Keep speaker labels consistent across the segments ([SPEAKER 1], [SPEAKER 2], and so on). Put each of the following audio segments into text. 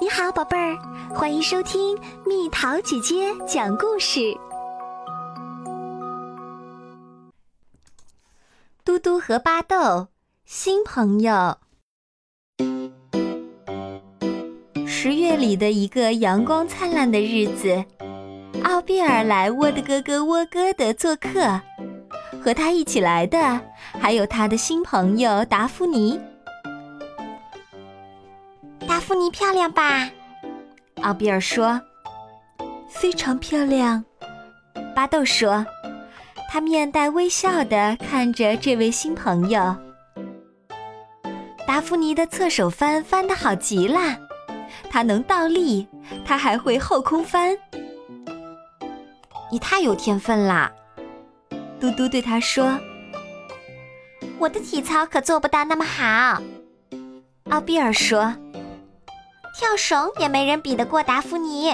[SPEAKER 1] 你好，宝贝儿，欢迎收听蜜桃姐姐讲故事。嘟嘟和巴豆新朋友。十月里的一个阳光灿烂的日子，奥比尔来窝的咯咯窝咯的做客，和他一起来的还有他的新朋友达芙妮。达芙妮漂亮吧？奥比尔说：“非常漂亮。”巴豆说：“他面带微笑的看着这位新朋友。”达芙妮的侧手翻翻得好极了，她能倒立，她还会后空翻。你太有天分啦！嘟嘟对他说：“我的体操可做不到那么好。”奥比尔说。跳绳也没人比得过达芙妮，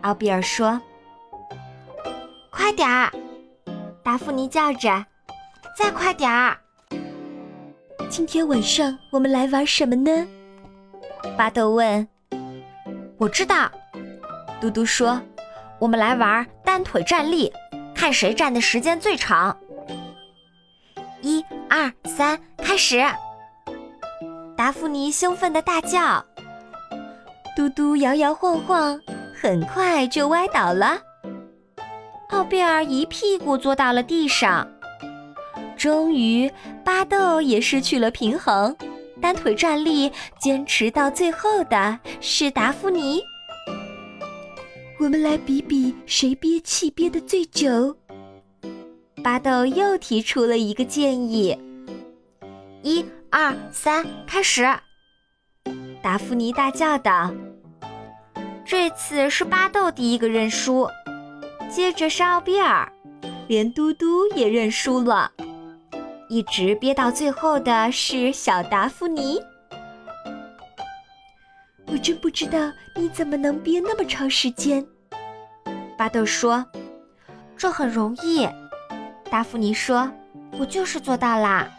[SPEAKER 1] 奥比尔说：“快点儿！”达芙妮叫着：“再快点儿！”今天晚上我们来玩什么呢？巴豆问。“我知道。”嘟嘟说：“我们来玩单腿站立，看谁站的时间最长。一二三，开始！”达芙妮兴奋的大叫。嘟嘟摇摇晃晃，很快就歪倒了。奥贝尔一屁股坐到了地上。终于，巴豆也失去了平衡，单腿站立，坚持到最后的是达芙妮。我们来比比谁憋气憋得最久。巴豆又提出了一个建议：一、二、三，开始！达芙妮大叫道。这次是巴豆第一个认输，接着是奥比尔，连嘟嘟也认输了。一直憋到最后的是小达芙妮。我真不知道你怎么能憋那么长时间。巴豆说：“这很容易。”达芙妮说：“我就是做到啦。”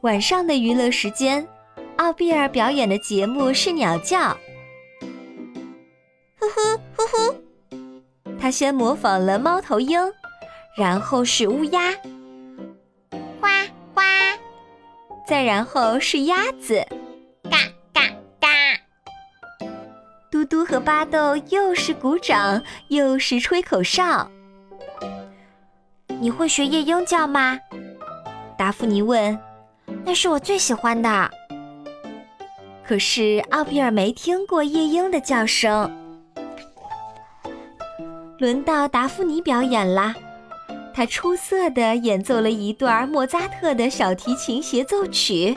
[SPEAKER 1] 晚上的娱乐时间，奥比尔表演的节目是鸟叫。呼呼呼呼。他先模仿了猫头鹰，然后是乌鸦，
[SPEAKER 2] 呱呱，
[SPEAKER 1] 再然后是鸭子。
[SPEAKER 2] 嘎嘎嘎，
[SPEAKER 1] 嘟嘟和巴豆又是鼓掌，又是吹口哨。你会学夜莺叫吗？达芙妮问。那是我最喜欢的。可是奥比尔没听过夜莺的叫声。轮到达芙妮表演啦，她出色的演奏了一段莫扎特的小提琴协奏曲。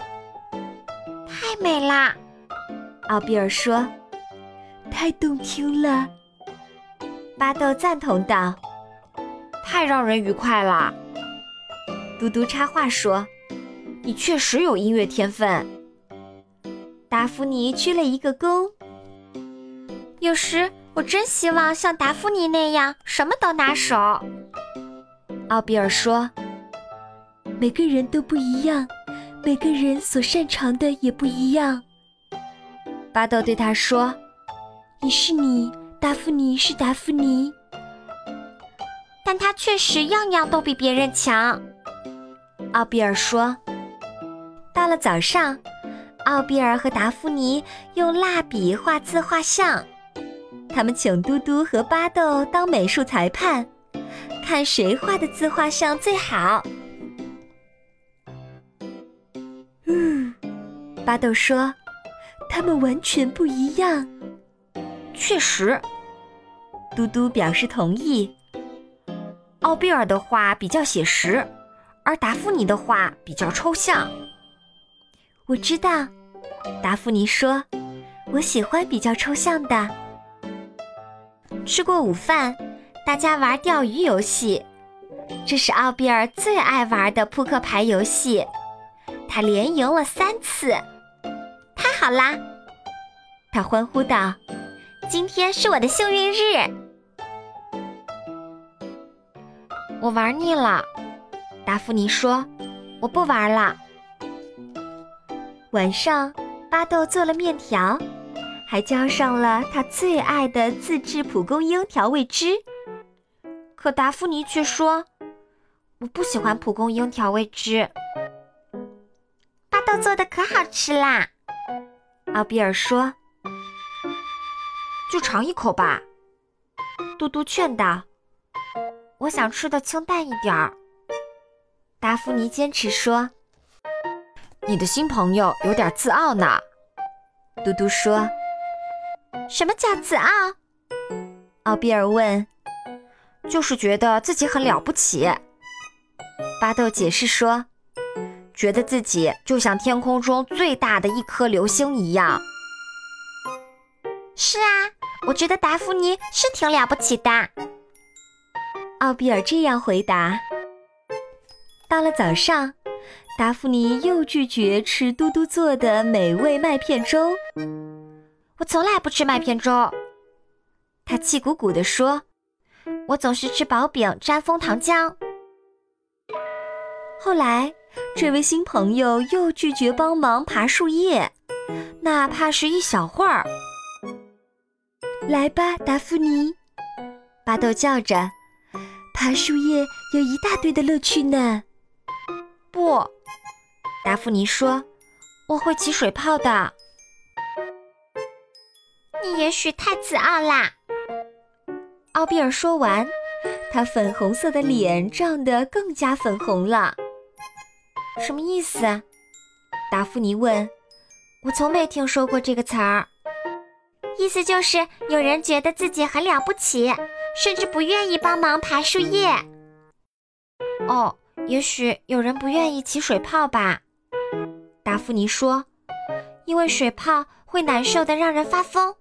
[SPEAKER 2] 太美啦！
[SPEAKER 1] 奥比尔说：“太动听了。”巴豆赞同道：“
[SPEAKER 2] 太让人愉快啦！”
[SPEAKER 1] 嘟嘟插话说：“
[SPEAKER 2] 你确实有音乐天分。
[SPEAKER 1] 达芙妮鞠了一个躬。
[SPEAKER 2] 有时我真希望像达芙妮那样什么都拿手。
[SPEAKER 1] 奥比尔说：“每个人都不一样，每个人所擅长的也不一样。”巴豆对他说：“你是你，达芙妮是达芙妮。
[SPEAKER 2] 但她确实样样都比别人强。”
[SPEAKER 1] 奥比尔说。到了早上，奥比尔和达芙妮用蜡笔画自画像。他们请嘟嘟和巴豆当美术裁判，看谁画的自画像最好。嗯，巴豆说：“他们完全不一样。”
[SPEAKER 2] 确实，
[SPEAKER 1] 嘟嘟表示同意。
[SPEAKER 2] 奥比尔的画比较写实，而达芙妮的画比较抽象。
[SPEAKER 1] 我知道，达芙妮说：“我喜欢比较抽象的。”吃过午饭，大家玩钓鱼游戏，这是奥比尔最爱玩的扑克牌游戏，他连赢了三次，
[SPEAKER 2] 太好啦！
[SPEAKER 1] 他欢呼道：“
[SPEAKER 2] 今天是我的幸运日！”我玩腻了，达芙妮说：“我不玩了。”
[SPEAKER 1] 晚上，巴豆做了面条，还浇上了他最爱的自制蒲公英调味汁。
[SPEAKER 2] 可达芙妮却说：“我不喜欢蒲公英调味汁。”
[SPEAKER 1] 巴豆做的可好吃啦，奥比尔说：“
[SPEAKER 2] 就尝一口吧。”嘟嘟劝道：“我想吃的清淡一点儿。”
[SPEAKER 1] 达芙妮坚持说：“
[SPEAKER 2] 你的新朋友有点自傲呢。”
[SPEAKER 1] 嘟嘟说：“什么叫自傲？”奥比尔问：“
[SPEAKER 2] 就是觉得自己很了不起。”
[SPEAKER 1] 巴豆解释说：“
[SPEAKER 2] 觉得自己就像天空中最大的一颗流星一样。”
[SPEAKER 3] 是啊，我觉得达芙妮是挺了不起的。
[SPEAKER 1] 奥比尔这样回答。到了早上，达芙妮又拒绝吃嘟嘟做的美味麦片粥。
[SPEAKER 2] 我从来不吃麦片粥，
[SPEAKER 1] 她气鼓鼓地说：“
[SPEAKER 3] 我总是吃薄饼沾枫糖浆。”
[SPEAKER 1] 后来，这位新朋友又拒绝帮忙爬树叶，哪怕是一小会儿。来吧，达芙妮，巴豆叫着，爬树叶有一大堆的乐趣呢。
[SPEAKER 2] 不，达芙妮说：“我会起水泡的。”
[SPEAKER 3] 你也许太自傲啦。
[SPEAKER 1] 奥比尔说完，他粉红色的脸涨得更加粉红了。
[SPEAKER 2] 什么意思？达芙妮问。我从没听说过这个词儿。
[SPEAKER 3] 意思就是有人觉得自己很了不起，甚至不愿意帮忙爬树叶。
[SPEAKER 2] 哦。也许有人不愿意起水泡吧，达芙妮说，因为水泡会难受的让人发疯，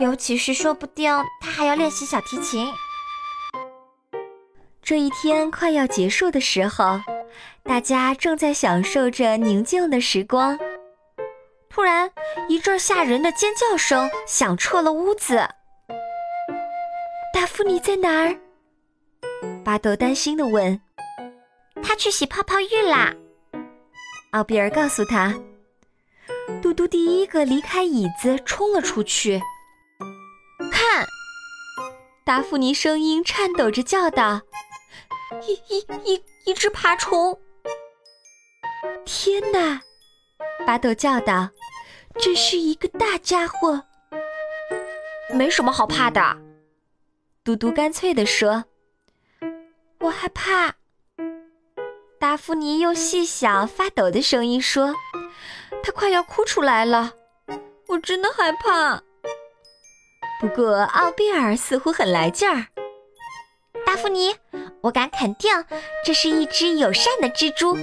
[SPEAKER 2] 尤其是说不定他还要练习小提琴。
[SPEAKER 1] 这一天快要结束的时候，大家正在享受着宁静的时光，
[SPEAKER 2] 突然一阵吓人的尖叫声响彻了屋子。
[SPEAKER 1] 达芙妮在哪儿？巴豆担心地问。
[SPEAKER 3] 他去洗泡泡浴啦，
[SPEAKER 1] 奥比尔告诉他。嘟嘟第一个离开椅子，冲了出去。
[SPEAKER 3] 看，
[SPEAKER 1] 达芙妮声音颤抖着叫道：“
[SPEAKER 2] 一、一、一、一只爬虫！”
[SPEAKER 1] 天哪！巴豆叫道：“这是一个大家伙，
[SPEAKER 2] 没什么好怕的。”
[SPEAKER 1] 嘟嘟干脆地说：“
[SPEAKER 2] 我害怕。”
[SPEAKER 1] 达芙妮用细小发抖的声音说：“
[SPEAKER 2] 她快要哭出来了，我真的害怕。”
[SPEAKER 1] 不过奥比尔似乎很来劲儿。
[SPEAKER 3] 达芙妮，我敢肯定，这是一只友善的蜘蛛，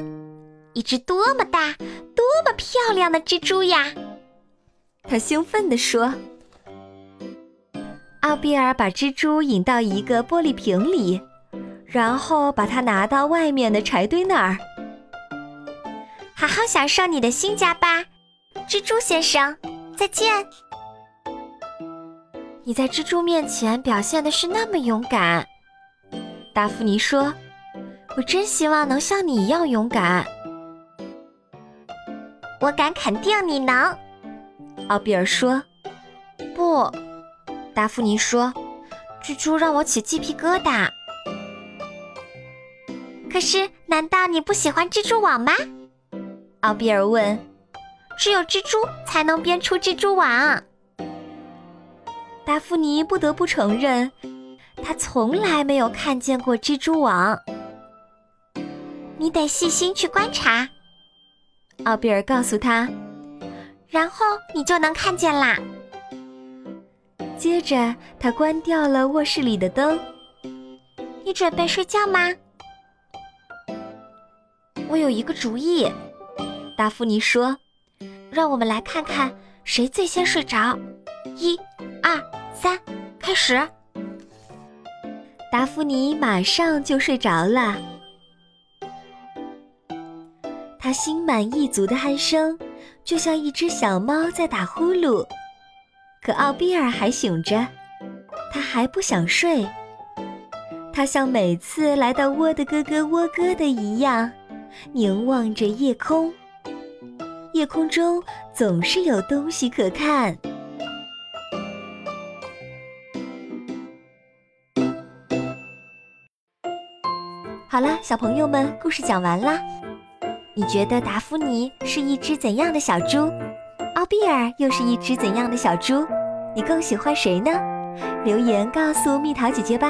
[SPEAKER 3] 一只多么大、多么漂亮的蜘蛛呀！
[SPEAKER 1] 他兴奋地说。奥比尔把蜘蛛引到一个玻璃瓶里。然后把它拿到外面的柴堆那儿，
[SPEAKER 3] 好好享受你的新家吧，蜘蛛先生，再见。
[SPEAKER 2] 你在蜘蛛面前表现的是那么勇敢，达芙妮说：“我真希望能像你一样勇敢。”
[SPEAKER 3] 我敢肯定你能，
[SPEAKER 1] 奥比尔说。
[SPEAKER 2] 不，达芙妮说：“蜘蛛让我起鸡皮疙瘩。”
[SPEAKER 3] 可是，难道你不喜欢蜘蛛网吗？
[SPEAKER 1] 奥比尔问。
[SPEAKER 3] 只有蜘蛛才能编出蜘蛛网。
[SPEAKER 1] 达芙妮不得不承认，她从来没有看见过蜘蛛网。
[SPEAKER 3] 你得细心去观察，
[SPEAKER 1] 奥比尔告诉她，
[SPEAKER 3] 然后你就能看见啦。
[SPEAKER 1] 接着，他关掉了卧室里的灯。
[SPEAKER 3] 你准备睡觉吗？
[SPEAKER 2] 我有一个主意，
[SPEAKER 1] 达芙妮说：“
[SPEAKER 2] 让我们来看看谁最先睡着。一、二、三，开始。”
[SPEAKER 1] 达芙妮马上就睡着了，她心满意足的鼾声就像一只小猫在打呼噜。可奥比尔还醒着，他还不想睡。他像每次来到窝的咯咯窝咯的一样。凝望着夜空，夜空中总是有东西可看。好啦，小朋友们，故事讲完啦。你觉得达芙妮是一只怎样的小猪？奥比尔又是一只怎样的小猪？你更喜欢谁呢？留言告诉蜜桃姐姐吧。